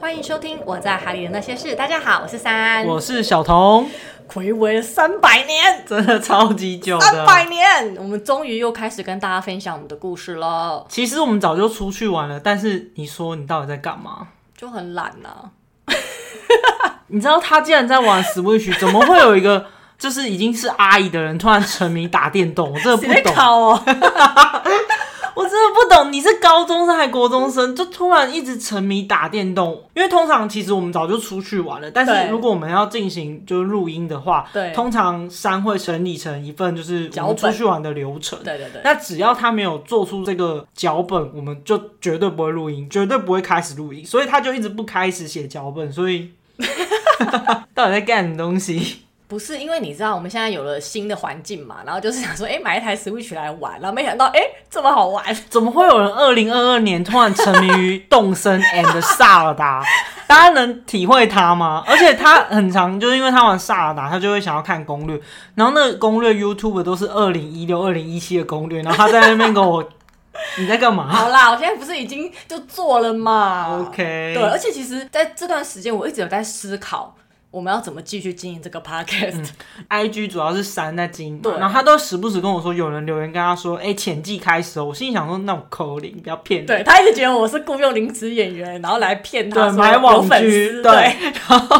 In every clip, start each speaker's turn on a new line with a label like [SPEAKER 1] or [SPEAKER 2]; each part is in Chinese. [SPEAKER 1] 欢迎收听《我在海里的那些事》。大家好，我是三，
[SPEAKER 2] 我是小童，
[SPEAKER 1] 暌违了三百年，
[SPEAKER 2] 真的超级久
[SPEAKER 1] 三百
[SPEAKER 2] 的。
[SPEAKER 1] 年，我们终于又开始跟大家分享我们的故事了，
[SPEAKER 2] 其实我们早就出去玩了，但是你说你到底在干嘛？
[SPEAKER 1] 就很懒啊呐、
[SPEAKER 2] 你知道他既然在 玩 Switch，怎么会有一个就是已经是阿姨的人突然沉迷打电动？我真的
[SPEAKER 1] 谁
[SPEAKER 2] 不
[SPEAKER 1] 在
[SPEAKER 2] 懂，
[SPEAKER 1] 考哦？
[SPEAKER 2] 我真的不懂，你是高中生还国中生，就突然一直沉迷打电动？因为通常其实我们早就出去玩了，但
[SPEAKER 1] 对
[SPEAKER 2] 是如果我们要进行就是录音的话，
[SPEAKER 1] 对
[SPEAKER 2] 通常三会整理成一份就是我
[SPEAKER 1] 脚
[SPEAKER 2] 们出
[SPEAKER 1] 本
[SPEAKER 2] 去玩的流程。
[SPEAKER 1] 对对对，
[SPEAKER 2] 那只要他没有做出这个脚本，我们就绝对不会录音，绝对不会开始录音，所以他就一直不开始写脚本，所以 到底在干什么东西？
[SPEAKER 1] 不是因为你知道我们现在有了新的环境嘛，然后就是想说，哎、买一台 Switch 来玩，然后没想到，哎、这么好玩，
[SPEAKER 2] 怎么会有人二零二二年突然沉迷于动森 and 萨尔达？大家能体会他吗？而且他很常就是因为他玩萨尔达，他就会想要看攻略，然后那个攻略 YouTube 都是二零一六、二零一七的攻略，然后他在那边跟我， 你在干嘛
[SPEAKER 1] 好啦，我现在不是已经就做了嘛
[SPEAKER 2] ？OK，
[SPEAKER 1] 对，而且其实在这段时间，我一直有在思考，我们要怎么继续经营这个 podcast、
[SPEAKER 2] IG 主要是三在经营嘛，
[SPEAKER 1] 对
[SPEAKER 2] 然后他都时不时跟我说有人留言跟他说，哎、前季开始哦，我心里想说那种口令不要骗人，
[SPEAKER 1] 对他一直觉得我是雇佣临时演员，然后来骗他
[SPEAKER 2] 对，
[SPEAKER 1] 说
[SPEAKER 2] 买
[SPEAKER 1] 有
[SPEAKER 2] 网
[SPEAKER 1] 粉
[SPEAKER 2] 剧，
[SPEAKER 1] 丝，
[SPEAKER 2] 对， 然后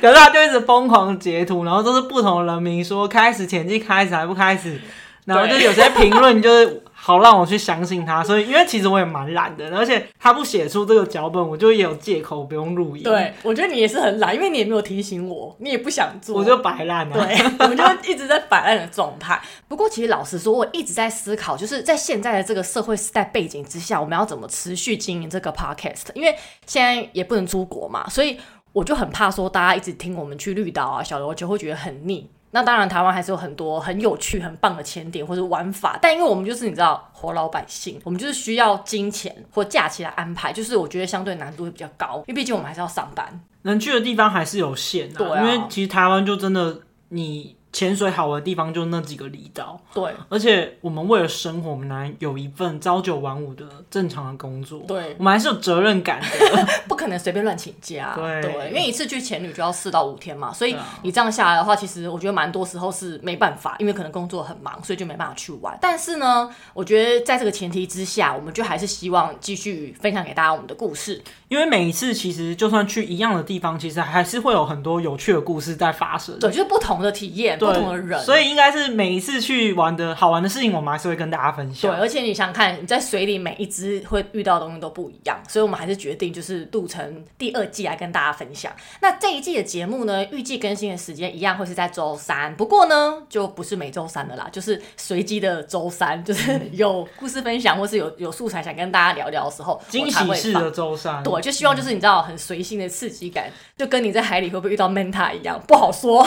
[SPEAKER 2] 可是他就一直疯狂截图，然后都是不同的人名说开始前季开始还不开始，然后就
[SPEAKER 1] 对
[SPEAKER 2] 有些评论就是。好让我去相信他，所以因为其实我也蛮懒的，而且他不写出这个脚本，我就也有借口不用录音，，
[SPEAKER 1] 对，我觉得你也是很懒，因为你也没有提醒我，你也不想做，
[SPEAKER 2] 我就摆烂了、啊
[SPEAKER 1] 对，我们就一直在摆烂的状态。不过，其实老实说，我一直在思考，就是在现在的这个社会时代背景之下，我们要怎么持续经营这个 podcast？因为现在也不能出国嘛，所以我就很怕说大家一直听我们去绿岛啊、小琉球会觉得很腻。那当然，台湾还是有很多很有趣、很棒的潜点或者玩法，但因为我们就是你知道活老百姓，我们就是需要金钱或假期来安排，就是我觉得相对难度会比较高，因为毕竟我们还是要上班。
[SPEAKER 2] 能去的地方还是有限
[SPEAKER 1] 对
[SPEAKER 2] 的、
[SPEAKER 1] 啊
[SPEAKER 2] 因为其实台湾就真的你潜水好玩的地方就那几个离岛，
[SPEAKER 1] 对
[SPEAKER 2] 而且我们为了生活，我们来有一份朝九晚五的正常的工作，
[SPEAKER 1] 对，
[SPEAKER 2] 我们还是有责任感的。
[SPEAKER 1] 不可能随便乱请假，
[SPEAKER 2] 对
[SPEAKER 1] 因为一次去前旅就要四到五天嘛，所以
[SPEAKER 2] 对啊
[SPEAKER 1] 你这样下来的话，其实我觉得蛮多时候是没办法，因为可能工作很忙，所以就没办法去玩。但是呢，我觉得在这个前提之下，我们就还是希望继续分享给大家我们的故事。
[SPEAKER 2] 因为每一次其实就算去一样的地方，其实还是会有很多有趣的故事在发生。
[SPEAKER 1] 对，就是不同的体验，不
[SPEAKER 2] 对，
[SPEAKER 1] 同的人，
[SPEAKER 2] 所以应该是每一次去玩的好玩的事情，我们还是会跟大家分
[SPEAKER 1] 对，
[SPEAKER 2] 享。
[SPEAKER 1] 而且你想想看，你在水里每一只会遇到的东西都不一样，所以我们还是决定就是录成第二季来跟大家分享。那这一季的节目呢，预计更新的时间一样会是在周三，不过呢就不是每周三的啦， 就是随机的周三，就是有故事分享或是有有素材想跟大家聊聊的时候，
[SPEAKER 2] 惊
[SPEAKER 1] 我才
[SPEAKER 2] 喜
[SPEAKER 1] 会
[SPEAKER 2] 式
[SPEAKER 1] 放
[SPEAKER 2] 的周三，
[SPEAKER 1] 对，就希望就是你知道很随性的刺激感，就跟你在海里会不会遇到 manta 一样，不好说。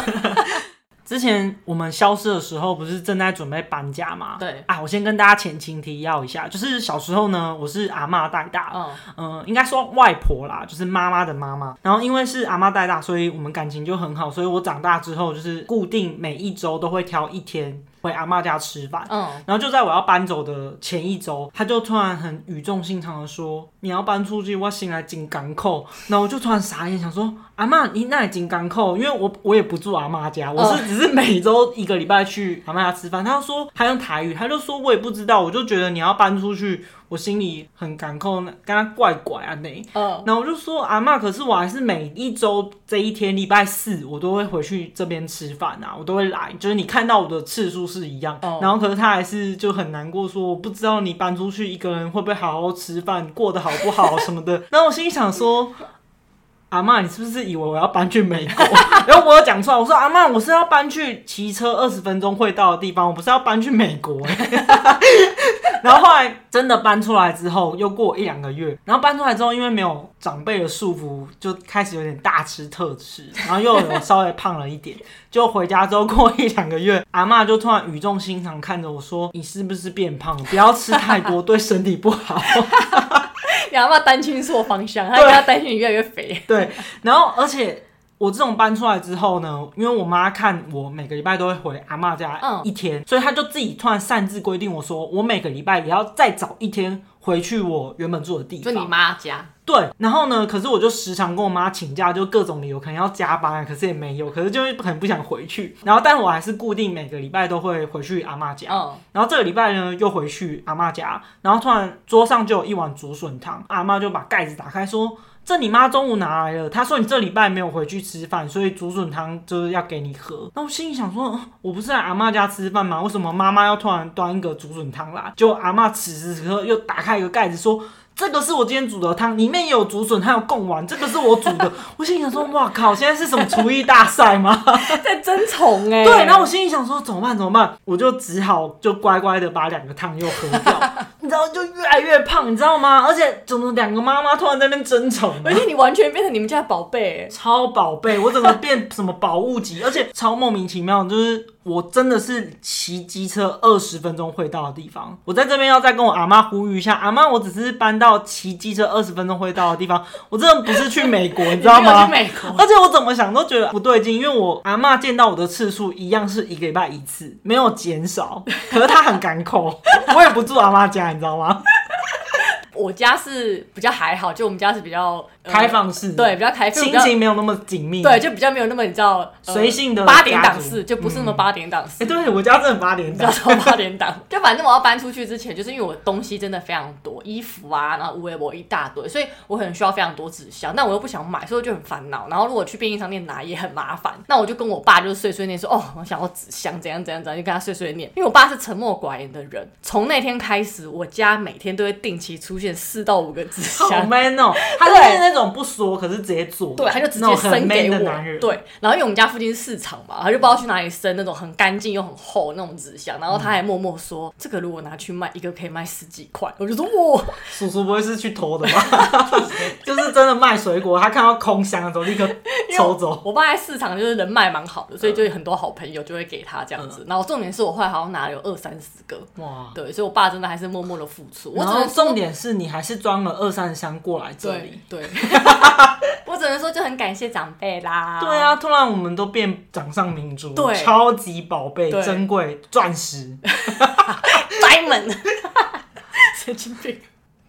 [SPEAKER 2] 之前我们消失的时候，不是正在准备搬家吗？
[SPEAKER 1] 对
[SPEAKER 2] 啊，我先跟大家前情提要一下，就是小时候呢，我是阿嬷带大，
[SPEAKER 1] 嗯，
[SPEAKER 2] 嗯、应该说外婆啦，就是妈妈的妈妈。然后因为是阿嬷带大，所以我们感情就很好，所以我长大之后就是固定每一周都会挑一天回阿嬷家吃饭。
[SPEAKER 1] 嗯，
[SPEAKER 2] 然后就在我要搬走的前一周，他就突然很语重心长的说：“你要搬出去，我先来进港口。”然后我就突然傻眼，想说：“阿妈，你那里进港口？因为我我也不住阿妈家，我是只是每周一个礼拜去阿妈家吃饭。”他就说，他用台语，他就说我也不知道，我就觉得你要搬出去，我心里很港口，跟他怪怪啊那。
[SPEAKER 1] 嗯，
[SPEAKER 2] 然后我就说阿妈，可是我还是每一周这一天礼拜四，我都会回去这边吃饭啊，我都会来，就是你看到我的次数是一样。
[SPEAKER 1] 哦
[SPEAKER 2] 然后可是他还是就很难过说，我不知道你搬出去一个人会不会好好吃饭，过得好不好什么的。然后我心里想说。阿妈，你是不是以为我要搬去美国？然后我有讲出来，我说阿妈，我是要搬去骑车二十分钟会到的地方，我不是要搬去美国、欸 然后后来真的搬出来之后，又过一两个月，然后搬出来之后，因为没有长辈的束缚，就开始有点大吃特吃，然后又有稍微胖了一点。就回家之后过一两个月，阿嬷就突然语重心长看着我说：“你是不是变胖了？不要吃太多，对身体不好。”
[SPEAKER 1] 你要不要担心错方向？他
[SPEAKER 2] 对
[SPEAKER 1] 啊要担心你越来越肥。
[SPEAKER 2] 对，然后而且我自从搬出来之后呢，因为我妈看我每个礼拜都会回阿嬷
[SPEAKER 1] 嗯
[SPEAKER 2] 家一天，所以她就自己突然擅自规定我说，我每个礼拜也要再找一天回去我原本住的地
[SPEAKER 1] 就
[SPEAKER 2] 方。
[SPEAKER 1] 你妈家，
[SPEAKER 2] 对，然后呢，可是我就时常跟我妈请假，就各种理由，可能要加班啊，可是也没有，可是就是很不想回去。然后，但我还是固定每个礼拜都会回去阿嬷家。
[SPEAKER 1] 嗯，
[SPEAKER 2] 然后这个礼拜呢，又回去阿嬷家，然后突然桌上就有一碗竹笋汤，阿嬷就把盖子打开说：“这你妈中午拿来了，她说你这礼拜没有回去吃饭，所以竹笋汤就是要给你喝。”那我心里想说，呃我不是来阿嬷家吃饭吗？为什么妈妈要突然端一个竹笋汤来？就阿嬷此时此刻又打开一个盖子说。这个是我今天煮的汤，里面有竹笋，还有贡丸，这个是我煮的。 我心里想说，哇靠，现在是什么厨艺大赛吗？
[SPEAKER 1] 在争宠哎、
[SPEAKER 2] 对，然后我心里想说怎么办怎么办，我就只好就乖乖的把两个汤又喝 掉，你知道就越来越胖，你知道吗？而且怎么两个妈妈突然在那边争宠啊、
[SPEAKER 1] 而且你完全变成你们家的宝贝、欸，
[SPEAKER 2] 超宝贝，我整个变什么宝物级， 而且超莫名其妙，就是我真的是骑机车二十分钟会到的地方。我在这边要再跟我阿妈呼吁一下，阿妈，我只是搬到骑机车二十分钟会到的地方，我真的不是去美国，你知 道
[SPEAKER 1] 你没有
[SPEAKER 2] 吗
[SPEAKER 1] 去？美国，
[SPEAKER 2] 而且我怎么想都觉得不对劲，因为我阿嬷见到我的次数一样是一个礼拜一次，没有 减少。可是她很敢口，我也不住阿嬷家，你知道吗？
[SPEAKER 1] 我家是比较还好，就我们家是比较、呃
[SPEAKER 2] 开，放式，
[SPEAKER 1] 对，，比较开放，比
[SPEAKER 2] 亲
[SPEAKER 1] 较
[SPEAKER 2] 情没有那么紧密。
[SPEAKER 1] 对，
[SPEAKER 2] 哎、
[SPEAKER 1] 就比较没有那么你知道呃
[SPEAKER 2] 随性的
[SPEAKER 1] 八点
[SPEAKER 2] 家
[SPEAKER 1] 档
[SPEAKER 2] 族嗯
[SPEAKER 1] 式，就不是那么八点档式。
[SPEAKER 2] 哎对我家真的八点
[SPEAKER 1] 你知道
[SPEAKER 2] 档，
[SPEAKER 1] 什么八点档？就反正我要搬出去之前，就是因为我东西真的非常多，衣服啊，然后无为我一大堆，所以我可能需要非常多纸箱。那我又不想买，所以我就很烦恼。然后如果去便利商店拿也很麻烦，那我就跟我爸就是碎碎念说，哦，我想要纸箱，怎样怎样怎样，就跟他碎碎念。因为我爸是沉默寡言的人，从那天开始，我家每天都会定期出现四到五个纸
[SPEAKER 2] 好
[SPEAKER 1] 箱。
[SPEAKER 2] man 哦、他就是那种不说，可是直接做，
[SPEAKER 1] 对，他就直
[SPEAKER 2] 那
[SPEAKER 1] 接
[SPEAKER 2] 种很
[SPEAKER 1] 生给
[SPEAKER 2] man
[SPEAKER 1] 我
[SPEAKER 2] 的男人。。
[SPEAKER 1] 对，然后因为我们家附近是市场嘛，他就不知道去哪里生那种很干净又很厚的那种纸箱，然后他
[SPEAKER 2] 嗯
[SPEAKER 1] 还默默说，这个如果拿去卖，一个可以卖十几块。我就说哇，
[SPEAKER 2] 叔叔不会是去偷的 吧？ 就是真的卖水果，他看到空箱的时 候立刻抽走。
[SPEAKER 1] 我爸在市场就是人脉蛮好的，所以就有
[SPEAKER 2] 嗯
[SPEAKER 1] 很多好朋友就会给他这样子。然后重点是我后来好像拿了有二三十个，
[SPEAKER 2] 哇！
[SPEAKER 1] 对，所以我爸真的还是默默的付出。我
[SPEAKER 2] 然
[SPEAKER 1] 只
[SPEAKER 2] 后
[SPEAKER 1] 能
[SPEAKER 2] 重点是你还是装了二三箱过来这里
[SPEAKER 1] 对。对， 我只能说就很感谢长辈啦。
[SPEAKER 2] 对啊，突然我们都变掌上明珠，
[SPEAKER 1] 对
[SPEAKER 2] 超级宝贝、
[SPEAKER 1] 对
[SPEAKER 2] 珍贵、钻石。
[SPEAKER 1] 呆萌， 神经病。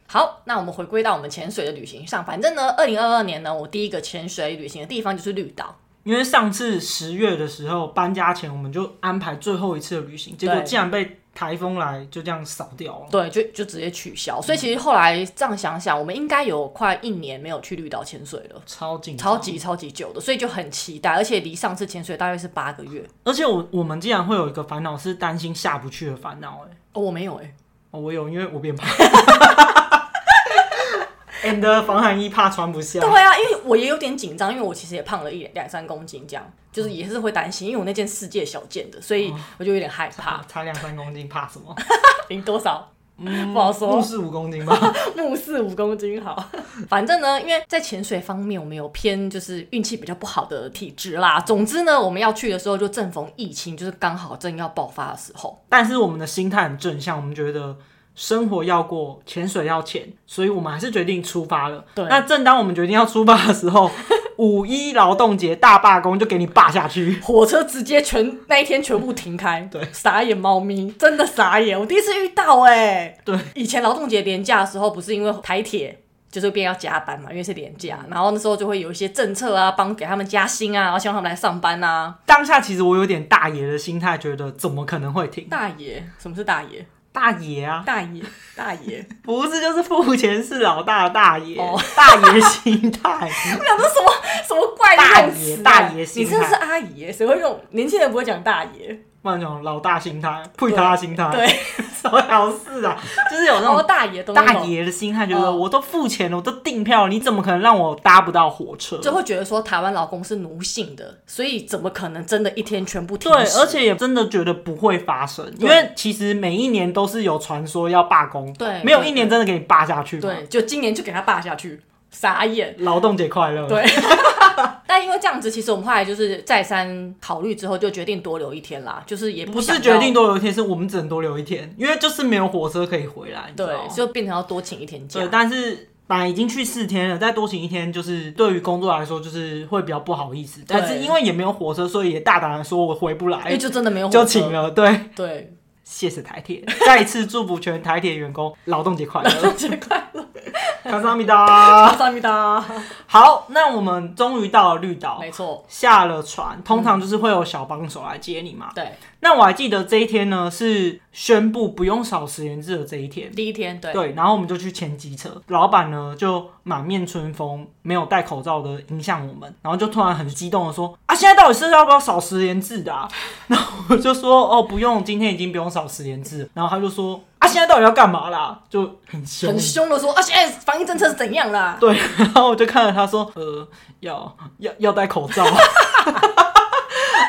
[SPEAKER 1] 好，那我们回归到我们潜水的旅行上。反正呢，二零二二年呢，我第一个潜水旅行的地方就是绿岛。
[SPEAKER 2] 因为上次十月的时候搬家前，我们就安排最后一次的旅行，结果
[SPEAKER 1] 对
[SPEAKER 2] 竟然被台风来就这样扫掉了。
[SPEAKER 1] 对，就就直接取消。所以其实后来这样想想，我们应该有快一年没有去绿岛潜水了，
[SPEAKER 2] 超紧张，
[SPEAKER 1] 超级超级久的，所以就很期待。而且离上次潜水大约是八个月。
[SPEAKER 2] 而且我我们竟然会有一个烦恼是担心下不去的烦恼、哎，
[SPEAKER 1] 哦，我没有哎、
[SPEAKER 2] 哦，我有，因为我 变胖，and 防寒衣怕穿不下。
[SPEAKER 1] 对啊，因为我也有点紧张，因为我其实也胖了一两三公斤，这样就是也是会担心，因为我那件世界小件的，所以我就有点害怕
[SPEAKER 2] 啊。，才两三公斤，怕什么？
[SPEAKER 1] 你多少？不好说。
[SPEAKER 2] 不是五公斤吧？
[SPEAKER 1] 目视五公斤好， 反正呢，因为在潜水方面，我们有偏就是运气比较不好的体质啦。总之呢，我们要去的时候就正逢疫情，就是刚好正要爆发的时候。
[SPEAKER 2] 但是我们的心态很正向，我们觉得生活要过，潜水要潜，所以我们还是决定出发了。
[SPEAKER 1] 对
[SPEAKER 2] 那正当我们决定要出发的 时候，五一劳动节大罢工就给你罢下去。
[SPEAKER 1] 火车直接全那一天全部停开，
[SPEAKER 2] 对，
[SPEAKER 1] 傻眼猫咪，真的傻眼，我第一次遇到哎、
[SPEAKER 2] 对，
[SPEAKER 1] 以前劳动节连假的时候，不是因为台铁就是变要加班嘛，因为是连假，然后那时候就会有一些政策啊，帮给他们加薪啊，然后希望他们来上班啊。
[SPEAKER 2] 当下其实我有点大爷的心态，觉得怎么可能会停？
[SPEAKER 1] 大爷，什么是大爷？
[SPEAKER 2] 大爷啊，
[SPEAKER 1] 大爷，大爷，
[SPEAKER 2] 不是就是付钱是老大的大爷，
[SPEAKER 1] 哦
[SPEAKER 2] 大爷心 态。
[SPEAKER 1] 我想说什么什么怪的用词、啊？
[SPEAKER 2] 大爷大爷心
[SPEAKER 1] 你
[SPEAKER 2] 态
[SPEAKER 1] 真的是阿姨耶，谁会用？年轻人不会讲大爷，
[SPEAKER 2] 不然讲老大心态，配他心态，
[SPEAKER 1] 对，
[SPEAKER 2] 什么好事啊？就是有那
[SPEAKER 1] 然后
[SPEAKER 2] 种
[SPEAKER 1] 哦大爷都
[SPEAKER 2] 大爷的心态，觉得
[SPEAKER 1] 哦
[SPEAKER 2] 我都付钱了，我都订票了，你怎么可能让我搭不到火车？
[SPEAKER 1] 就会觉得说台湾劳工是奴性的，所以怎么可能真的一天全部停
[SPEAKER 2] 对，
[SPEAKER 1] 驶
[SPEAKER 2] 而且也真的觉得不会发生，因
[SPEAKER 1] 对
[SPEAKER 2] 为其实每一年都是有传说要罢工，
[SPEAKER 1] 对
[SPEAKER 2] 没有
[SPEAKER 1] 对
[SPEAKER 2] 一年真的给你罢下去嘛。
[SPEAKER 1] 对，就今年就给他霸下去，傻眼。
[SPEAKER 2] 劳动节快乐！
[SPEAKER 1] 对，但因为这样子，其实我们后来就是再三考虑之后，就决定多留一天啦，就是也
[SPEAKER 2] 不
[SPEAKER 1] 想
[SPEAKER 2] 是
[SPEAKER 1] 要
[SPEAKER 2] 决定多留一天，是我们只能多留一天，因为就是没有火车可以回来。你知道吗
[SPEAKER 1] 对，就变成要多请一天假
[SPEAKER 2] 对，。但是本来已经去四天了，再多请一天，就是对于工作来说，就是会比较不好意思。但是因为也没有火车，所以也大胆的说我回不
[SPEAKER 1] 因为
[SPEAKER 2] 来，
[SPEAKER 1] 就真的没有火
[SPEAKER 2] 就
[SPEAKER 1] 车
[SPEAKER 2] 请。了。对，
[SPEAKER 1] 对，
[SPEAKER 2] 谢谢台铁， 再次祝福全台铁员工劳动节快乐，
[SPEAKER 1] 节快乐，
[SPEAKER 2] 卡萨米达。
[SPEAKER 1] 萨米达。
[SPEAKER 2] 好，那我们终于到了绿岛
[SPEAKER 1] 没。错，
[SPEAKER 2] 下了船，通常就是会有小帮手来接你嘛。
[SPEAKER 1] 对，
[SPEAKER 2] 那我还记得这一天呢，是宣布不用少十元制的这一天。
[SPEAKER 1] 第一天对，
[SPEAKER 2] 对，然后我们就去前机车，老板呢就满面春风，没有戴口罩的影响我们，然后就突然很激动的说：“啊，现在到底是要不要扫十连制的、啊？” 然后我就说：“哦，不用，今天已经不用扫十连制了。”然后他就说：“啊，现在到底要干嘛啦？”就很凶。
[SPEAKER 1] 很凶的说啊，现在防疫政策是怎样啦？
[SPEAKER 2] 对， 然后我就看着他说：“呃，要要要戴口罩。”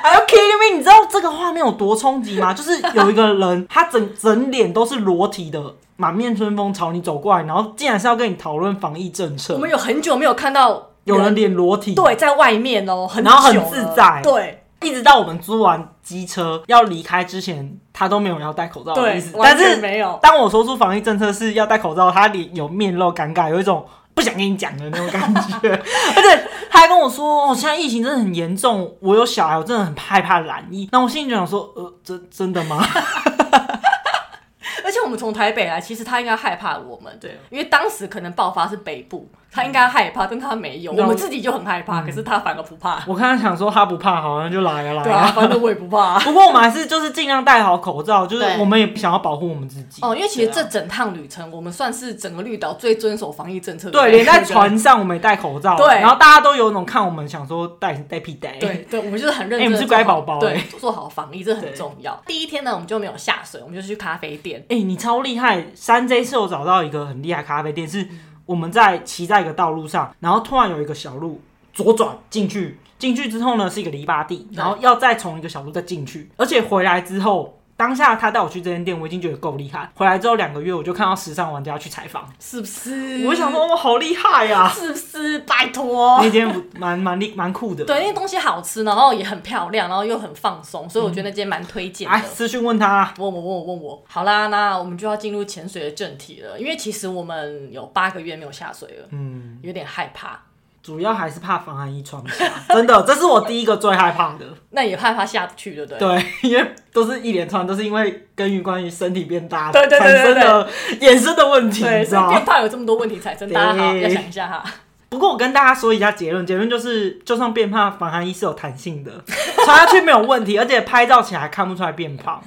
[SPEAKER 2] Are you kidding me？你知道这个画面有多冲击吗？就是有一个人，他整整脸都是裸体的，满面春风朝你走过来，然后竟然是要跟你讨论防疫政
[SPEAKER 1] 我
[SPEAKER 2] 策，
[SPEAKER 1] 们有很久没有看到
[SPEAKER 2] 有人脸裸体，，
[SPEAKER 1] 对在外面哦，很久
[SPEAKER 2] 然后很
[SPEAKER 1] 了
[SPEAKER 2] 自在
[SPEAKER 1] 对。
[SPEAKER 2] 一直到我们租完机车要离开之前，他都没有要戴口罩的意
[SPEAKER 1] 对
[SPEAKER 2] 思，。
[SPEAKER 1] 完
[SPEAKER 2] 但
[SPEAKER 1] 全
[SPEAKER 2] 是
[SPEAKER 1] 没有，
[SPEAKER 2] 当我说出防疫政策是要戴口罩，他脸有面露尴尬，有一种不想跟你讲的那种感觉。而且他还跟我说：“哦，现在疫情真的很严重，我有小孩，我真的很害怕染疫。”那我心里就想说：“呃，真真的吗
[SPEAKER 1] 而且我们从台北来，其实他应该害怕我们，
[SPEAKER 2] 对，
[SPEAKER 1] 因为当时可能爆发是北部，他应该害怕，但他没有，
[SPEAKER 2] 那
[SPEAKER 1] 我
[SPEAKER 2] 我
[SPEAKER 1] 们自己就很害怕，可是他反而不怕？” ，
[SPEAKER 2] 嗯我看他想说他不怕，好像就来了来
[SPEAKER 1] 对啊，
[SPEAKER 2] 了。
[SPEAKER 1] 反正我也不怕。
[SPEAKER 2] 不过我们还是就是尽量戴好口罩，就是
[SPEAKER 1] 对
[SPEAKER 2] 我们也不想要保护我们自己。
[SPEAKER 1] 哦，因为其实
[SPEAKER 2] 对啊
[SPEAKER 1] 这整趟旅程，我们算是整个绿岛最遵守防疫政策的那
[SPEAKER 2] 对，
[SPEAKER 1] 一个
[SPEAKER 2] 连
[SPEAKER 1] 人。
[SPEAKER 2] 在船上我们也戴口罩，
[SPEAKER 1] 对
[SPEAKER 2] 然后大家都有一种看我们想说戴戴屁戴，
[SPEAKER 1] 对对，我们就是很认
[SPEAKER 2] 哎
[SPEAKER 1] 真
[SPEAKER 2] 你
[SPEAKER 1] 地做好。
[SPEAKER 2] 们是乖宝宝
[SPEAKER 1] 对
[SPEAKER 2] 哎，
[SPEAKER 1] 做好防疫这很
[SPEAKER 2] 对
[SPEAKER 1] 重要。第一天呢，我们就没有下水，我们就去咖啡店。
[SPEAKER 2] 哎、你超厉害！三 J 是有找到一个很厉害的咖啡店，是我们在骑在一个道路上，然后突然有一个小路左转进去，进去之后呢是一个篱笆地，
[SPEAKER 1] 对
[SPEAKER 2] 然后要再从一个小路再进去，而且回来之后。当下他带我去这间店，我已经觉得够厉害。回来之后两个月，我就看到时尚玩家去采访，
[SPEAKER 1] 是不是？
[SPEAKER 2] 我想，说我好厉害呀、
[SPEAKER 1] 是不是？拜托，
[SPEAKER 2] 那间不蛮蛮厉蛮酷的。
[SPEAKER 1] 对，那东西好吃，然后也很漂亮，然后又很放松，所以我觉得那间蛮推荐的。
[SPEAKER 2] 哎，私讯问他啦，
[SPEAKER 1] 问我问我问我，好啦，那我们就要进入潜水的正题了，因为其实我们有八个月没有下水了，
[SPEAKER 2] 嗯，
[SPEAKER 1] 有点害怕，
[SPEAKER 2] 主要还是怕防寒衣穿不下，真的，这是我第一个最害怕的。
[SPEAKER 1] 那也害怕下不去，对不对？
[SPEAKER 2] 对， 因为都是一连串，都是因为跟于关于身体变大
[SPEAKER 1] 对对对对对
[SPEAKER 2] 产生的衍生的问题，你知
[SPEAKER 1] 所以
[SPEAKER 2] 道
[SPEAKER 1] 变
[SPEAKER 2] 吗？
[SPEAKER 1] 胖有这么多问题产生，
[SPEAKER 2] 对
[SPEAKER 1] 大家好要想一下哈。
[SPEAKER 2] 不过我跟大家说一下结论，结论就是，就算变胖，防寒衣是有弹性的， 穿下去没有问题，而且拍照起来看不出来 变胖。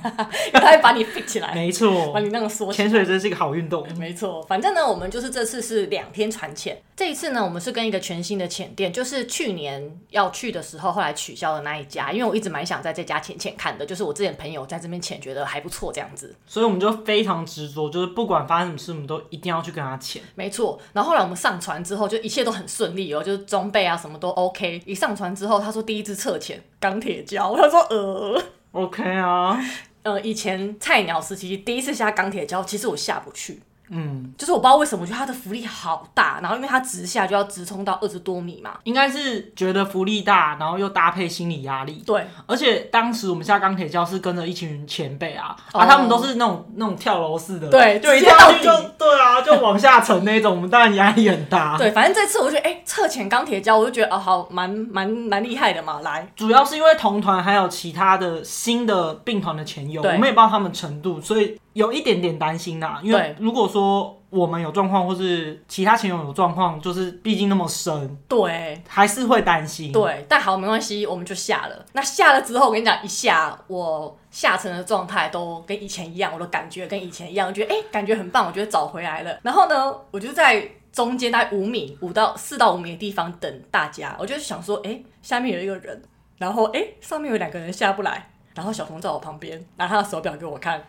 [SPEAKER 1] 他会把你 fit 起来，
[SPEAKER 2] 没
[SPEAKER 1] 把
[SPEAKER 2] 错，
[SPEAKER 1] 你那个缩起来
[SPEAKER 2] 潜水真是一个好运动。
[SPEAKER 1] 没错，反正呢，我们就是这次是两天船潜。这一次呢，我们是跟一个全新的潜店，就是去年要去的时候，后来取消的那一家，因为我一直蛮想在这家潜潜看的，就是我之前朋友在这边潜，觉得还不错这样子。
[SPEAKER 2] 所以我们就非常执着，就是不管发生什么事，我们都一定要去跟他潜。
[SPEAKER 1] 没错，然后后来我们上船之后，就一切都很顺利哦，就是装备啊什么都 OK。一上船之后，他说第一支侧潜钢铁胶，他说呃
[SPEAKER 2] OK 啊，
[SPEAKER 1] 呃，以前菜鸟时期第一次下钢铁胶，其实我下不去，
[SPEAKER 2] 嗯，
[SPEAKER 1] 就是我不知道为什么，我觉得它的浮力好大，然后因为它直下就要直冲到二十多米嘛，
[SPEAKER 2] 应该是觉得福利大，然后又搭配心理压力，
[SPEAKER 1] 对，
[SPEAKER 2] 而且当时我们下钢铁教是跟着一群前辈啊，
[SPEAKER 1] 哦
[SPEAKER 2] 啊，他们都是那种那种跳楼式的，
[SPEAKER 1] 对
[SPEAKER 2] 就一
[SPEAKER 1] 直接
[SPEAKER 2] 跳
[SPEAKER 1] 到
[SPEAKER 2] 去
[SPEAKER 1] 底
[SPEAKER 2] 就对啊，就往下沉那种，我们当然压力很大。，
[SPEAKER 1] 对，反正这次我就觉得，哎、侧潜钢铁胶，我就觉得哦，好，蛮蛮蛮厉害的嘛，来，
[SPEAKER 2] 主要是因为同团还有其他的新的病团的前友，我
[SPEAKER 1] 对
[SPEAKER 2] 们也不知道他们程度，所以有一点点担心啦。因为
[SPEAKER 1] 对
[SPEAKER 2] 如果说我们有状况，或是其他前友有状况，就是毕竟那么深，
[SPEAKER 1] 对
[SPEAKER 2] 还是会担心。，
[SPEAKER 1] 对，但好没关系，我们就下了。那下了之后，我跟你讲，一下我下沉的状态都跟以前一样，我的感觉跟以前一样，我觉得哎、感觉很棒，我觉得找回来了。然后呢，我就在中间大概五米，五到四到五米的地方等大家，我就想说，哎、下面有一个人，然后哎、上面有两个人下不来，然后小童在我旁边拿他的手表给我看，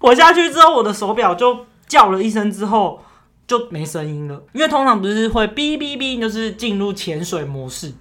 [SPEAKER 2] 我下去之后，我的手表就叫了一声之后就没声音了，因为通常不是会哔哔哔，就是进入潜水模式。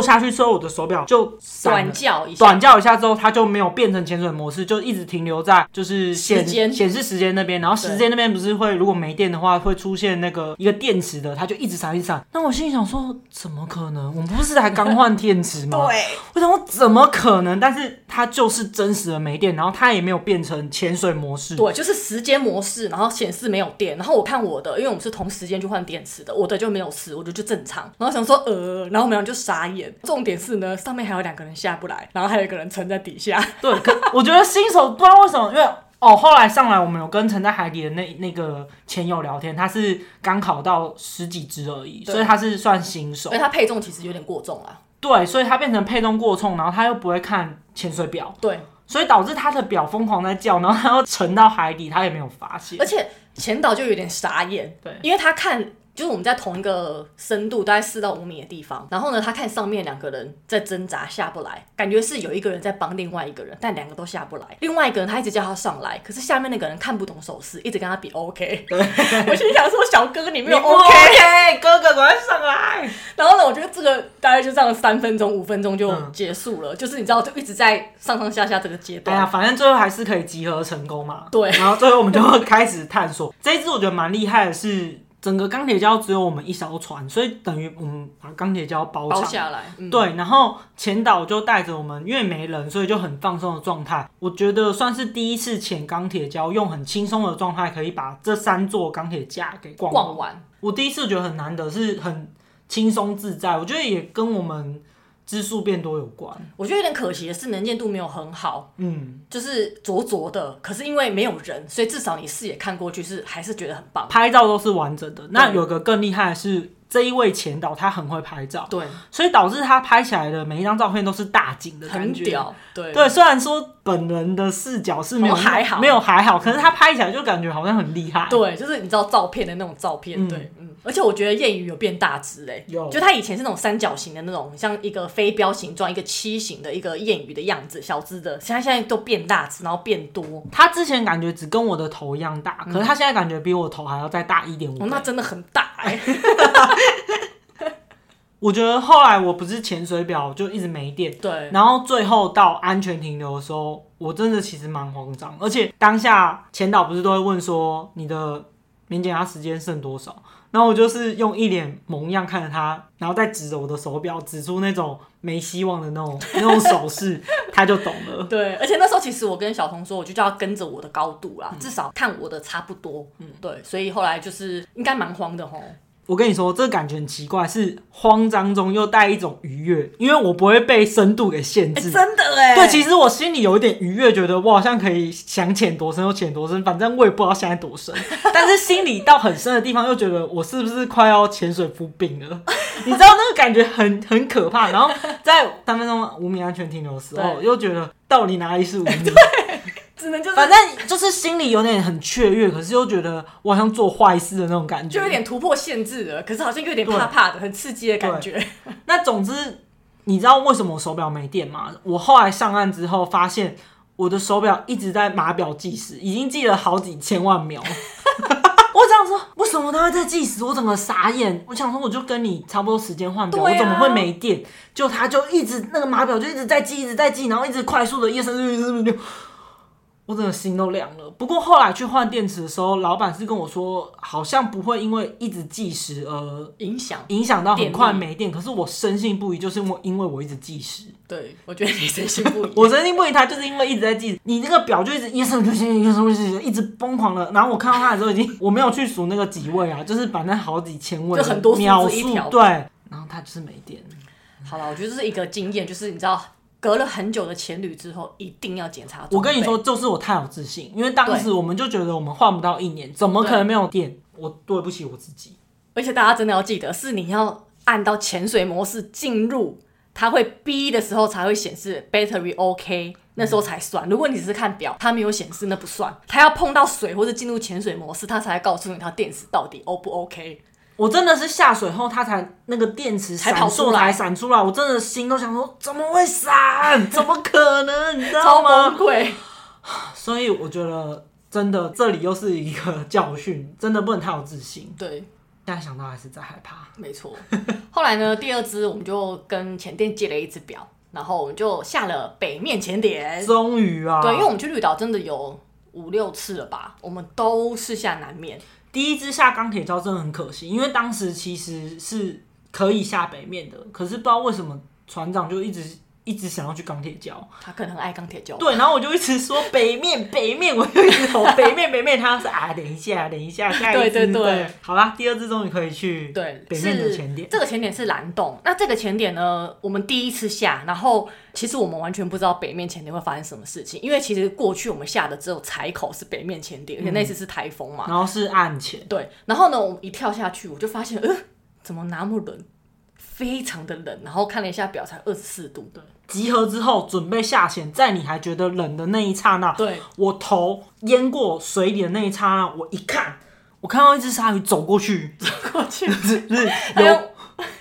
[SPEAKER 2] 下去之后，我的手表就闪
[SPEAKER 1] 短
[SPEAKER 2] 了。
[SPEAKER 1] 叫一下，
[SPEAKER 2] 短叫一下之后，它就没有变成潜水模式，就一直停留在就是显
[SPEAKER 1] 时间
[SPEAKER 2] 显示时间那边。然后时间那边不是会，如果没电的话，会出现那个一个电池的，它就一直闪一直闪。那我心里想说，怎么可能？我们不是才刚换电池吗？
[SPEAKER 1] 对，
[SPEAKER 2] 我想我怎么可能？但是它就是真实的没电，然后它也没有变成潜水模式。
[SPEAKER 1] 对，就是时间模式，然后显示没有电，然后我看我的，因为我们是同时间去换电池的，我的就没有事，我的就正常。然后想说呃，然后我们俩就傻眼。重点是呢，上面还有两个人下不来，然后还有一个人沉在底下。
[SPEAKER 2] 对，可我觉得新手不知道为什么，因为哦，后来上来我们有跟沉在海底的那那个前友聊天，他是刚考到十几只而已，
[SPEAKER 1] 对
[SPEAKER 2] 所以他是算新手
[SPEAKER 1] 因为。它配重其实有点过重啊啦。
[SPEAKER 2] 对，所以他变成配重过重，然后他又不会看潜水表，
[SPEAKER 1] 对，
[SPEAKER 2] 所以导致他的表疯狂在叫，然后他又沉到海底，他也没有发现
[SPEAKER 1] 而。且前导就有点傻眼，
[SPEAKER 2] 对，
[SPEAKER 1] 因为他看。就是我们在同一个深度，大概四到五米的地方，然后呢，他看上面两个人在挣扎下不来，感觉是有一个人在帮另外一个人，但两个都下不来。另外一个人他一直叫他上来，可是下面那个人看不懂手势，一直跟他比 OK。我心想说小哥你没有
[SPEAKER 2] 你不
[SPEAKER 1] OK。
[SPEAKER 2] OK，哥哥赶快上来。
[SPEAKER 1] 然后呢，我觉得这个大概就这样三分钟五分钟就
[SPEAKER 2] 嗯
[SPEAKER 1] 结束了，就是你知道就一直在上上下下这个阶
[SPEAKER 2] 哎
[SPEAKER 1] 段。
[SPEAKER 2] 呀，反正最后还是可以集合成功嘛。
[SPEAKER 1] 对
[SPEAKER 2] 然后最后我们就会开始探索。 这一支我觉得蛮厉害的是，整个钢铁礁只有我们一艘船，所以等于我们把钢铁礁包
[SPEAKER 1] 包
[SPEAKER 2] 场。
[SPEAKER 1] 下来，嗯，
[SPEAKER 2] 对，然后前导就带着我们，因为没人，所以就很放松的状态。我觉得算是第一次潜钢铁礁，用很轻松的状态可以把这三座钢铁架给逛
[SPEAKER 1] 逛完。
[SPEAKER 2] 我第一次觉得很难得，是很轻松自在。我觉得也跟我们支数变多有关。
[SPEAKER 1] 我觉得有点可惜的是能见度没有很好，
[SPEAKER 2] 嗯。
[SPEAKER 1] 就是灼灼的。可是因为没有人，所以至少你视野看过去是还是觉得很棒。
[SPEAKER 2] 拍照都是完整的。那有个更厉害的是，这一位前导他很会拍照，
[SPEAKER 1] 对，
[SPEAKER 2] 所以导致他拍起来的每一张照片都是大景的
[SPEAKER 1] 很
[SPEAKER 2] 感觉。
[SPEAKER 1] 屌。对，
[SPEAKER 2] 对，虽然说本人的视角是没有
[SPEAKER 1] 哦还好
[SPEAKER 2] 没有还好，可是他拍起来就感觉好像很厉害。
[SPEAKER 1] 对，就是你知道照片的那种照片。
[SPEAKER 2] 嗯
[SPEAKER 1] 对，嗯。而且我觉得谚语有变大只哎、
[SPEAKER 2] 有
[SPEAKER 1] 就它以前是那种三角形的那种，像一个飞镖形状、一个七形的一个谚语的样子，小只的。现在现在都变大只，然后变多，哦，
[SPEAKER 2] 他之前感觉只跟我的头一样大，可是他现在感觉比我头还要再大一点五。
[SPEAKER 1] 嗯哦那真的很大 哎、
[SPEAKER 2] 我觉得后来我不是潜水表就一直没电，
[SPEAKER 1] 对，
[SPEAKER 2] 然后最后到安全停留的时候，我真的其实蛮慌张，而且当下前导不是都会问说你的免检查时间剩多少，然后我就是用一脸萌样看着他，然后再指着我的手表，指出那种没希望的那种那种手势，他就懂了。
[SPEAKER 1] 对，而且那时候其实我跟小童说，我就叫他跟着我的高度啦，至少看我的差不多。嗯，对，所以后来就是应该蛮慌的吼。
[SPEAKER 2] 我跟你说，这感觉很奇怪，是慌张中又带一种愉悦，因为我不会被深度给限
[SPEAKER 1] 哎、
[SPEAKER 2] 制。
[SPEAKER 1] 真的哎、
[SPEAKER 2] 对，其实我心里有一点愉悦，觉得我好像可以想潜多深就潜多深，反正我也不知道现在多深。但是心里到很深的地方，又觉得我是不是快要潜水夫病了？ 你知道那个感觉很很可怕。然后在三分钟五米安全停留的时候，
[SPEAKER 1] 对
[SPEAKER 2] 又觉得到底哪里是五米？
[SPEAKER 1] 只能就是
[SPEAKER 2] 反正就是心里有点很雀跃，可是又觉得我好像做坏事的那种感觉，
[SPEAKER 1] 就有点突破限制了，可是好像又有点怕怕的，很刺激的感觉。
[SPEAKER 2] 那总之，你知道为什么我手表没电吗？我后来上岸之后发现，我的手表一直在码表计时，已经记了好几千万秒。 我想说，为什么它会在计时？我整个傻眼。我想说，我就跟你差不多时间换表，
[SPEAKER 1] 对啊
[SPEAKER 2] 我怎么会没电？就它就一直那个码表就一直在记，一直在记，然后一直快速的一声一声六。我整个心都凉了。不过后来去换电池的时候，老板是跟我说，好像不会因为一直计时而
[SPEAKER 1] 影响，
[SPEAKER 2] 影响到很快
[SPEAKER 1] 电力
[SPEAKER 2] 没电，可是我深信不疑，就是因为因为我一直计时，
[SPEAKER 1] 对我觉得你真心不一样。
[SPEAKER 2] 我深信不疑，它就是因为一直在计时，你那个表就一直一声一声一声一声一直疯狂的，然后我看到它的时候已经我没有去数那个几位啊，就是反正好几千位，
[SPEAKER 1] 就很多数字
[SPEAKER 2] 秒
[SPEAKER 1] 一
[SPEAKER 2] 数
[SPEAKER 1] 条
[SPEAKER 2] 对，然后它就是没电，
[SPEAKER 1] 好了，我觉得这是一个经验，就是你知道，隔了很久的前旅之后，一定要检查装备。
[SPEAKER 2] 我跟你说，就是我太有自信，因为当时
[SPEAKER 1] 对
[SPEAKER 2] 我们就觉得我们换不到一年，怎么可能没有电？我对不起我自己。
[SPEAKER 1] 而且大家真的要记得，是你要按到潜水模式进入，它会 B 的时候才会显示 battery OK，那时候才算。如果你只是看表，它没有显示，那不算。它要碰到水或者进入潜水模式，它才会告诉你它电池到底 O 不 OK。
[SPEAKER 2] 我真的是下水后，它才那个电池
[SPEAKER 1] 才
[SPEAKER 2] 闪
[SPEAKER 1] 跑
[SPEAKER 2] 烁
[SPEAKER 1] 出来
[SPEAKER 2] 才闪出来，我真的心都想说怎么会 闪？怎么可能？你知道
[SPEAKER 1] 超崩
[SPEAKER 2] 吗？
[SPEAKER 1] 溃，
[SPEAKER 2] 所以我觉得真的这里又是一个教训，真的不能太有自信。
[SPEAKER 1] 对，
[SPEAKER 2] 现在想到还是在害怕。
[SPEAKER 1] 没错。后来呢，第二支我们就跟前店借了一只表，然后我们就下了北面前点。
[SPEAKER 2] 终于啊，
[SPEAKER 1] 对，因为我们去绿岛真的有五六次了吧，我们都是下南面。
[SPEAKER 2] 第一支下钢铁鲛真的很可惜，因为当时其实是可以下北面的，可是不知道为什么船长就一直一直想要去钢铁鲛。
[SPEAKER 1] 他可能很爱钢铁鲛，
[SPEAKER 2] 对，然后我就一直说北面北面，我就一直吼北面北面，他是啊等一下等一下，下一
[SPEAKER 1] 对
[SPEAKER 2] 支
[SPEAKER 1] 对对
[SPEAKER 2] 好啦，第二支终于可以去
[SPEAKER 1] 对，
[SPEAKER 2] 北面的
[SPEAKER 1] 是
[SPEAKER 2] 前点，
[SPEAKER 1] 这个前点是蓝洞。那这个前点呢，我们第一次下，然后其实我们完全不知道北面前点会发生什么事情，因为其实过去我们下的只有柴口是北面前
[SPEAKER 2] 嗯
[SPEAKER 1] 点，而且那次是台风嘛。
[SPEAKER 2] 然后是岸前，
[SPEAKER 1] 对，然后呢，我们一跳下去，我就发现，呃，怎么那么冷，非常的冷。然后看了一下表，才二十四度。对
[SPEAKER 2] 集合之后准备下潜，在你还觉得冷的那一刹那，
[SPEAKER 1] 对，
[SPEAKER 2] 我头淹过水里的那一刹那，我一看，我看到一只鲨鱼走过去，
[SPEAKER 1] 过去
[SPEAKER 2] 是是
[SPEAKER 1] 他
[SPEAKER 2] 有
[SPEAKER 1] 用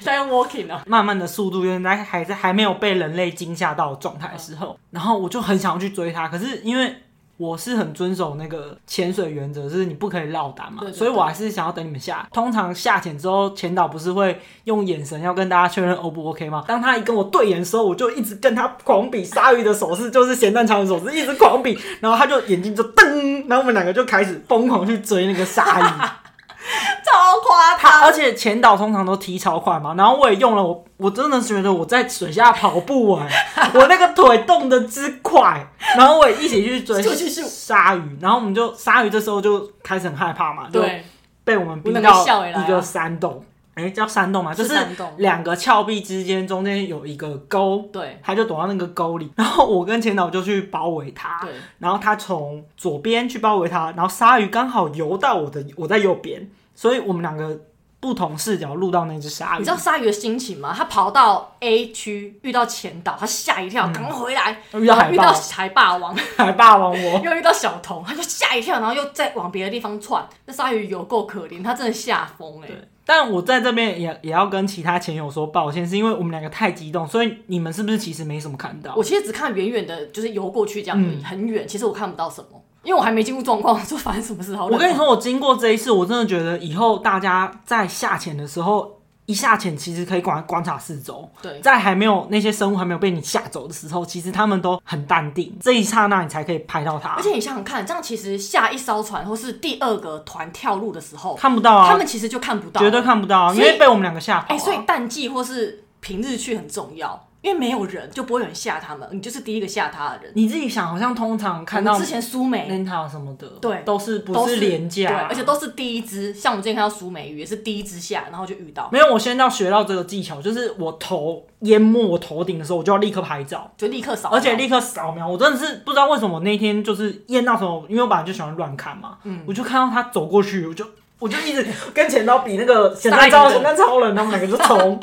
[SPEAKER 1] 他用 walking 啊，
[SPEAKER 2] 慢慢的速度，原来还在还没有被人类惊吓到的状态的时
[SPEAKER 1] 嗯
[SPEAKER 2] 候，然后我就很想要去追它，可是因为我是很遵守那个潜水原则，就是你不可以落单嘛，
[SPEAKER 1] 对对对
[SPEAKER 2] 所以我还是想要等你们下来。通常下潜之后，潜导不是会用眼神要跟大家确认 O 不 OK 吗？当他一跟我对眼的时候，我就一直跟他狂比鲨鱼的手势，就是咸蛋超人手势，一直狂比，然后他就眼睛就噔，然后我们两个就开始疯狂去追那个鲨鱼。
[SPEAKER 1] 超夸
[SPEAKER 2] 他
[SPEAKER 1] 张。
[SPEAKER 2] 而且前导通常都踢超快嘛，然后我也用了我，我真的觉得我在水下跑步哎、我那个腿动的之快，然后我也一起去追
[SPEAKER 1] 咻咻咻
[SPEAKER 2] 鲨鱼，然后我们就鲨鱼这时候就开始很害怕嘛，就
[SPEAKER 1] 对，
[SPEAKER 2] 被我们逼
[SPEAKER 1] 我们两个笑
[SPEAKER 2] 到
[SPEAKER 1] 回来啊
[SPEAKER 2] 一个山洞，哎、叫山洞嘛，就是是
[SPEAKER 1] 山洞
[SPEAKER 2] 两个峭壁之间中间有一个沟，
[SPEAKER 1] 对
[SPEAKER 2] 他就躲到那个沟里，然后我跟前导就去包围他，
[SPEAKER 1] 对，
[SPEAKER 2] 然后他从左边去包围他，然后鲨鱼刚好游到我的，我在右边，所以我们两个不同视角录到那只鲨鱼。
[SPEAKER 1] 你知道鲨鱼的心情吗？它跑到 A 区遇到前导，它吓一
[SPEAKER 2] 嗯
[SPEAKER 1] 跳，赶快回来，
[SPEAKER 2] 遇到
[SPEAKER 1] 然后
[SPEAKER 2] 海
[SPEAKER 1] 遇到
[SPEAKER 2] 豹，哦
[SPEAKER 1] 海霸王，
[SPEAKER 2] 海霸王我，
[SPEAKER 1] 又遇到小童，它就吓一跳，然后又再往别的地方窜。那鲨鱼有够可怜，它真的吓疯哎。
[SPEAKER 2] 但我在这边也也要跟其他前友说抱歉，是因为我们两个太激动，所以你们是不是其实没什么看到
[SPEAKER 1] 我？其实只看远远的，就是游过去这样
[SPEAKER 2] 嗯
[SPEAKER 1] 而已，很远，其实我看不到什么，因为我还没进入状况，说发生什么事好冷哦。
[SPEAKER 2] 我跟你说，我经过这一次，我真的觉得以后大家在下潜的时候，一下潜其实可以观观察四周。
[SPEAKER 1] 对
[SPEAKER 2] 在还没有那些生物还没有被你吓走的时候，其实他们都很淡定，这一刹那你才可以拍到它
[SPEAKER 1] 而，且你想想看，这样其实下一艘船或是第二个团跳入的时候，
[SPEAKER 2] 看不到啊，
[SPEAKER 1] 他们其实就看不到，
[SPEAKER 2] 绝对看不到啊，因
[SPEAKER 1] 所以
[SPEAKER 2] 为被我们两个吓跑、
[SPEAKER 1] 哎、
[SPEAKER 2] 啊。
[SPEAKER 1] 所以淡季或是平日去很重要，因为没有人就不会有人吓他们，你就是第一个吓他的人。
[SPEAKER 2] 你自己想，好像通常看
[SPEAKER 1] 我
[SPEAKER 2] 到
[SPEAKER 1] 们之前苏梅
[SPEAKER 2] Nenta 什么的，
[SPEAKER 1] 对
[SPEAKER 2] 都是不
[SPEAKER 1] 都
[SPEAKER 2] 是廉价、啊
[SPEAKER 1] 对，而且都是第一只，像我们之前看到苏梅鱼也是第一只下，然后就遇到，
[SPEAKER 2] 没有。我现在要学到这个技巧，就是我头淹没我头顶的时候，我就要立刻拍照。
[SPEAKER 1] 就立刻扫描，
[SPEAKER 2] 而且立刻扫描，我真的是不知道为什么我那天就是淹到什么，因为我本来就喜欢乱看嘛，
[SPEAKER 1] 嗯
[SPEAKER 2] 我就看到他走过去，我就我就 一直跟剪刀比那个剪
[SPEAKER 1] 鲨
[SPEAKER 2] 刀
[SPEAKER 1] 鱼
[SPEAKER 2] 超
[SPEAKER 1] 的
[SPEAKER 2] 剪刀超人，他们两个就冲。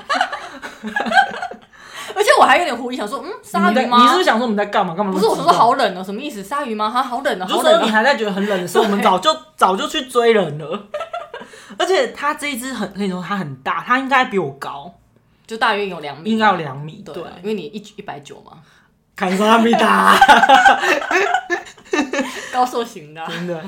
[SPEAKER 1] 而且我还有点狐疑，想说，嗯，
[SPEAKER 2] 你
[SPEAKER 1] 鲨
[SPEAKER 2] 们在
[SPEAKER 1] 鱼
[SPEAKER 2] 你是
[SPEAKER 1] 吗
[SPEAKER 2] 不？是想说我们在干嘛？干嘛？
[SPEAKER 1] 不是，我说说，好冷哦、什么意思？鲨鱼吗？哈，好冷哦、
[SPEAKER 2] 就
[SPEAKER 1] 好冷
[SPEAKER 2] 说
[SPEAKER 1] 哦、
[SPEAKER 2] 你还在觉得很冷的时候，我们
[SPEAKER 1] 对
[SPEAKER 2] 早就早就去追人了。而且它这一只很，跟你说它很大，它应该比我高，
[SPEAKER 1] 就大约有两米，
[SPEAKER 2] 应该有两米。
[SPEAKER 1] 对
[SPEAKER 2] 对，
[SPEAKER 1] 因为你一一百九嘛，
[SPEAKER 2] 砍杀米达，
[SPEAKER 1] 高瘦型的啊、
[SPEAKER 2] 真的，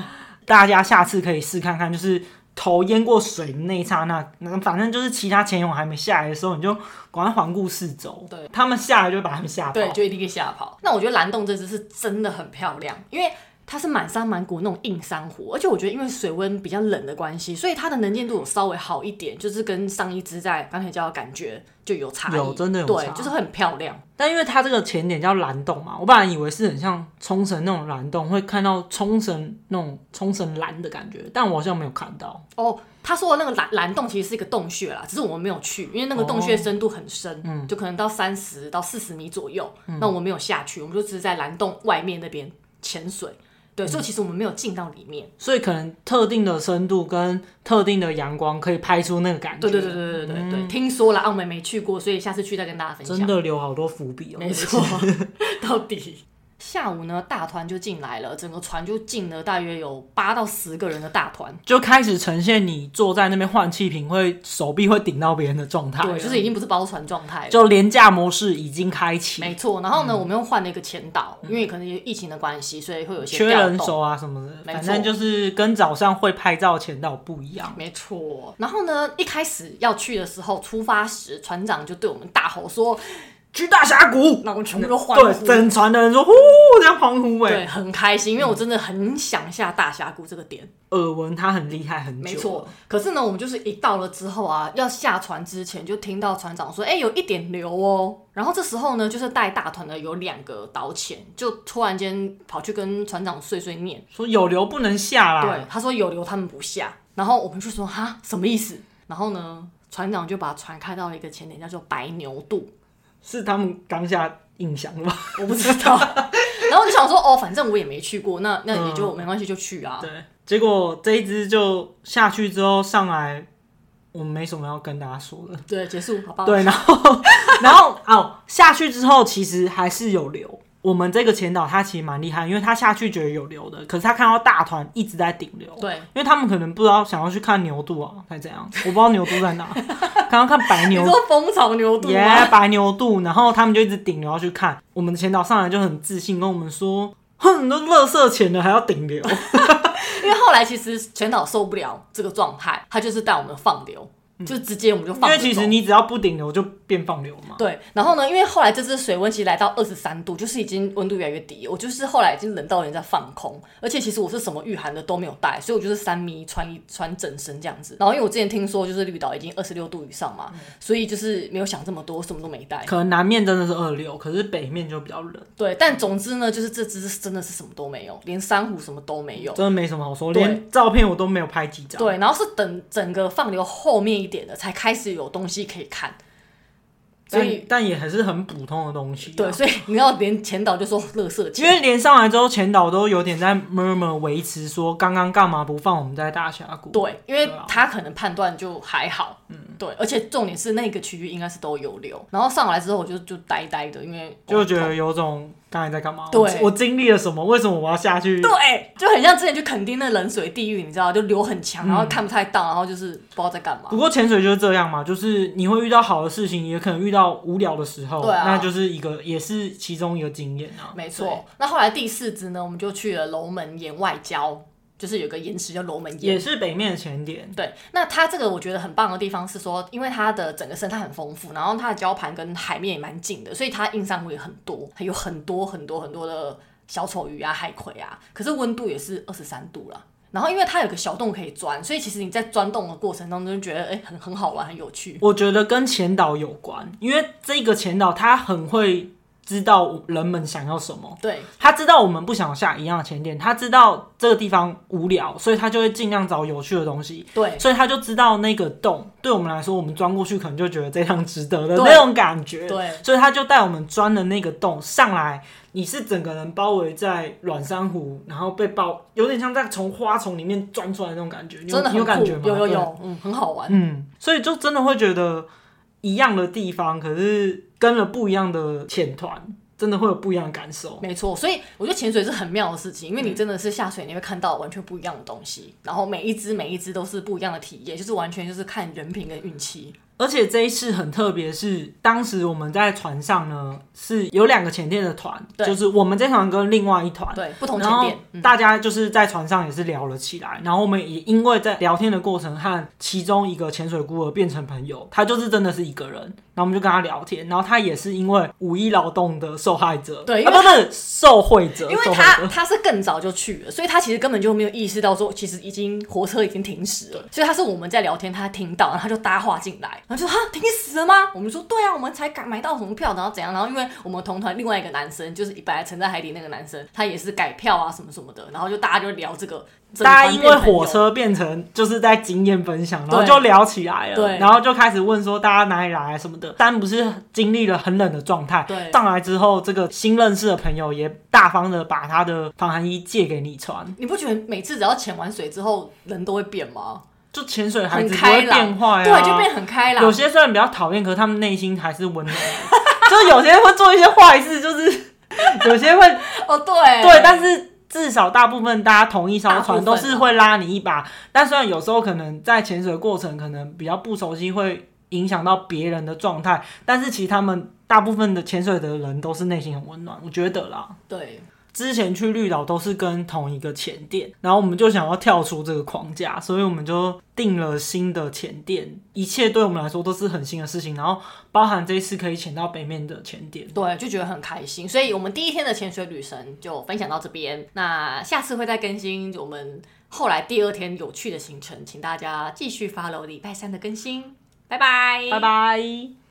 [SPEAKER 2] 大家下次可以试看看，就是头淹过水的那一刹那，那反正就是其他潜泳还没下来的时候，你就赶快环顾四周。
[SPEAKER 1] 对，
[SPEAKER 2] 他们下来就会把他们吓跑。
[SPEAKER 1] 对，就一定会吓跑。那我觉得蓝洞这只是真的很漂亮，因为它是满山满谷那种硬珊瑚，而且我觉得因为水温比较冷的关系，所以它的能见度有稍微好一点，就是跟上一只在钢铁礁的感觉就有差异，
[SPEAKER 2] 有真的有
[SPEAKER 1] 对
[SPEAKER 2] 差，
[SPEAKER 1] 就是很漂亮。
[SPEAKER 2] 但因为它这个前点叫蓝洞嘛，我本来以为是很像冲绳那种蓝洞，会看到冲绳那种冲绳蓝的感觉，但我好像没有看到。
[SPEAKER 1] 哦，他说的那个蓝蓝洞其实是一个洞穴啦，只是我们没有去，因为那个洞穴深度很深，就可能到三十到四十米左右。那我们没有下去，我们就只是在蓝洞外面那边潜水。对，所以其实我们没有进到里面。
[SPEAKER 2] 所以可能特定的深度跟特定的阳光可以拍出那个感觉。
[SPEAKER 1] 对对对对对对对，对听说了，澳门没去过，所以下次去再跟大家分享。
[SPEAKER 2] 真的留好多伏笔哦。
[SPEAKER 1] 没错，到底下午呢，大团就进来了，整个船就进了大约有八到十个人的大团，
[SPEAKER 2] 就开始呈现你坐在那边换气瓶会手臂会顶到别人的状态了，
[SPEAKER 1] 对，就是已经不是包船状态了。
[SPEAKER 2] 就廉价模式已经开启，
[SPEAKER 1] 没错，然后呢，我们又换了一个前导，因为可能疫情的关系，所以会有一些
[SPEAKER 2] 缺
[SPEAKER 1] 调
[SPEAKER 2] 人
[SPEAKER 1] 动
[SPEAKER 2] 手啊什么的，
[SPEAKER 1] 没
[SPEAKER 2] 反
[SPEAKER 1] 错
[SPEAKER 2] 正就是跟早上会拍照前导不一样。
[SPEAKER 1] 没错。然后呢，一开始要去的时候，出发时船长就对我们大吼说
[SPEAKER 2] 去大峡：“谷，
[SPEAKER 1] 那我们全部都欢呼。”
[SPEAKER 2] 对，整船的人说呼，这样欢呼哎、
[SPEAKER 1] 对，嗯很开心，因为我真的很想下大峡谷这个点。
[SPEAKER 2] 耳闻他很厉害很久，
[SPEAKER 1] 没错，，可是呢，我们就是一到了之后啊，要下船之前就听到船长说：“哎、有一点流哦。”然后这时候呢，就是带大团的有两个导潜，就突然间跑去跟船长碎碎念，
[SPEAKER 2] 说有流不能下啦，
[SPEAKER 1] 对，他说有流他们不下，然后我们就说哈什么意思？然后呢，船长就把船开到了一个前点，叫做白牛渡，
[SPEAKER 2] 是他们刚下印象吧？
[SPEAKER 1] 我不知 道。然后就想说哦，反正我也没去过，那那也就、没关系，就去啊。
[SPEAKER 2] 嗯对，结果这一支就下去之后上来，我们没什么要跟大家说的。
[SPEAKER 1] 对，结束，好不好？
[SPEAKER 2] 对，然后 然后哦，下去之后其实还是有流。我们这个前导他其实蛮厉害，因为他下去觉得有流的，可是他看到大团一直在顶流，
[SPEAKER 1] 对
[SPEAKER 2] 因为他们可能不知道想要去看牛肚啊，还怎样，我不知道牛肚 在哪，刚刚看白
[SPEAKER 1] 你
[SPEAKER 2] 牛
[SPEAKER 1] 说蜂巢牛渡
[SPEAKER 2] 耶
[SPEAKER 1] 吗？
[SPEAKER 2] 白牛肚，然后他们就一直顶流要去看。我们的前导上来就很自信跟我们说：“哼，都乐色钱了还要顶流。
[SPEAKER 1] 因为后来其实全岛受不了这个状态，他就是带我们放流，就直接我们就”
[SPEAKER 2] 嗯因
[SPEAKER 1] 放着
[SPEAKER 2] 为
[SPEAKER 1] 走。
[SPEAKER 2] 其实你只要不顶流就变放流嘛。
[SPEAKER 1] 对，然后呢，因为后来这支水温其实来到二十三度，就是已经温度越来越低。我就是后来已经冷到人在放空，而且其实我是什么御寒的都没有带，所以我就是三米穿一穿整身这样子。然后因为我之前听说就是绿岛已经二十六度以上嘛，所以就是没有想这么多，什么都没带。
[SPEAKER 2] 可能南面真的是二流，可是北面就比较冷，
[SPEAKER 1] 对，但总之呢，就是这支真的是什么都没有，连珊瑚什么都没有。
[SPEAKER 2] 真的没什么好说，
[SPEAKER 1] 对
[SPEAKER 2] 连照片我都没有拍几张。
[SPEAKER 1] 对，然后是等整个放流后面一点的才开始有东西可以看，所
[SPEAKER 2] 但
[SPEAKER 1] 以
[SPEAKER 2] 但也还是很普通的东西啊、
[SPEAKER 1] 对，所以你要连前导就说乐色
[SPEAKER 2] 因为连上来之后，前导都有点在 murmur 维持说，刚刚干嘛不放我们在大峡谷？
[SPEAKER 1] 对，因为
[SPEAKER 2] 对啊
[SPEAKER 1] 他可能判断就还好，嗯，对，而且重点是那个区域应该是都有流，然后上来之后我就就呆呆的，因为
[SPEAKER 2] 就觉得有种刚才在干嘛？
[SPEAKER 1] 对
[SPEAKER 2] 我我经历了什么？为什么我要下去？
[SPEAKER 1] 对，就很像之前去垦丁那冷水地狱，你知道，就流很
[SPEAKER 2] 嗯
[SPEAKER 1] 强，然后看不太到，然后就是不知道在干嘛
[SPEAKER 2] 不。过潜水就是这样嘛，就是你会遇到好的事情，也可能遇到无聊的时候，
[SPEAKER 1] 对啊
[SPEAKER 2] 那就是一个也是其中一个经验啊。
[SPEAKER 1] 没错，那后来第四支呢，我们就去了龙门岩外礁，就是有个岩石叫龙门
[SPEAKER 2] 对，
[SPEAKER 1] 岩
[SPEAKER 2] 也。是北面的前点，
[SPEAKER 1] 对，那它这个我觉得很棒的地方是说，因为它的整个生态很丰富，然后它的礁盘跟海面也蛮近的，所以它硬珊瑚也很多，还有很多很多很多的小丑鱼啊、海葵啊。可是温度也是二十三度了。然后因为它有个小洞可以钻，所以其实你在钻洞的过程当中就觉得哎很很好玩、很有趣。
[SPEAKER 2] 我觉得跟前导有关，因为这个前导他很会知道人们想要什么，
[SPEAKER 1] 对
[SPEAKER 2] 他知道我们不想下一样的前点，他知道这个地方无聊，所以他就会尽量找有趣的东西。
[SPEAKER 1] 对，
[SPEAKER 2] 所以他就知道那个洞对我们来说，我们钻过去可能就觉得这趟值得的
[SPEAKER 1] 对
[SPEAKER 2] 那种感觉。
[SPEAKER 1] 对，
[SPEAKER 2] 所以他就带我们钻的那个洞上来，你是整个人包围在软珊瑚，然后被包，有点像在从花丛里面钻出来那种感觉。你有
[SPEAKER 1] 真的
[SPEAKER 2] 你有
[SPEAKER 1] 很
[SPEAKER 2] 感
[SPEAKER 1] 酷，
[SPEAKER 2] 觉吗？
[SPEAKER 1] 有有
[SPEAKER 2] 对，啊
[SPEAKER 1] 有，嗯，很好玩。
[SPEAKER 2] 嗯，所以就真的会觉得一样的地方，可是跟了不一样的潜团，真的会有不一样的感受。
[SPEAKER 1] 没错，所以我觉得潜水是很妙的事情，因为你
[SPEAKER 2] 嗯
[SPEAKER 1] 真的是下水，你会看到完全不一样的东西，然后每一只每一只都是不一样的体验，就是完全就是看人品跟运气。
[SPEAKER 2] 而且这一次很特别，是当时我们在船上呢，是有两个前店的团，
[SPEAKER 1] 对
[SPEAKER 2] 就是我们这团跟另外一团。
[SPEAKER 1] 对，不同
[SPEAKER 2] 然
[SPEAKER 1] 前
[SPEAKER 2] 后
[SPEAKER 1] 店，嗯，
[SPEAKER 2] 大家就是在船上也是聊了起来，然后我们也因为在聊天的过程和其中一个潜水孤儿变成朋友，他就是真的是一个人，然后我们就跟他聊天，然后他也是因为五一劳动的受害者，
[SPEAKER 1] 对因
[SPEAKER 2] 啊
[SPEAKER 1] 为
[SPEAKER 2] 不是受贿者，
[SPEAKER 1] 因为
[SPEAKER 2] 受贿
[SPEAKER 1] 他
[SPEAKER 2] 者
[SPEAKER 1] 他是更早就去了，所以他其实根本就没有意识到说，其实已经火车已经停驶了，所以他是我们在聊天，他听到，然后他就搭话进来，然后就说哈停驶了吗？我们说对啊，我们才改买到什么票，然后怎样，然后因为我们同团另外一个男生，就是本来沉在海底那个男生，他也是改票啊什么什么的，然后就大家就聊这个，整
[SPEAKER 2] 大家
[SPEAKER 1] 团
[SPEAKER 2] 因
[SPEAKER 1] 变
[SPEAKER 2] 为
[SPEAKER 1] 朋友
[SPEAKER 2] 火车变成就是在经验分享，然后
[SPEAKER 1] 对
[SPEAKER 2] 就聊起来了，
[SPEAKER 1] 对
[SPEAKER 2] 然后就开始问说大家哪里来什么的。丹不是经历了很冷的状态，
[SPEAKER 1] 对
[SPEAKER 2] 上来之后，这个新认识的朋友也大方的把他的防寒衣借给你穿，
[SPEAKER 1] 你不觉得每次只要潜完水之后人都会变吗？
[SPEAKER 2] 就潜水孩
[SPEAKER 1] 很
[SPEAKER 2] 子不会
[SPEAKER 1] 开朗，
[SPEAKER 2] 变坏啊，
[SPEAKER 1] 对，就变很开
[SPEAKER 2] 有
[SPEAKER 1] 朗。
[SPEAKER 2] 些虽然比较讨厌，可是他们内心还是温暖的，就是有些人会做一些坏事，就是。 有些会
[SPEAKER 1] 哦，对
[SPEAKER 2] 对，但是至少大部分大家同一艘
[SPEAKER 1] 大部
[SPEAKER 2] 船
[SPEAKER 1] 分啊
[SPEAKER 2] 都是会拉你一把。但虽然有时候可能在潜水过程可能比较不熟悉，会影响到别人的状态，但是其实他们大部分的潜水的人都是内心很温暖，我觉得啦。
[SPEAKER 1] 对，
[SPEAKER 2] 之前去绿岛都是跟同一个潜店，然后我们就想要跳出这个框架，所以我们就定了新的潜店，一切对我们来说都是很新的事情。然后包含这一次可以潜到北面的潜店，
[SPEAKER 1] 对，就觉得很开心。所以我们第一天的潜水旅程就分享到这边，那下次会再更新我们后来第二天有趣的行程，请大家继续 follow 礼拜三的更新，拜拜，
[SPEAKER 2] 拜。拜。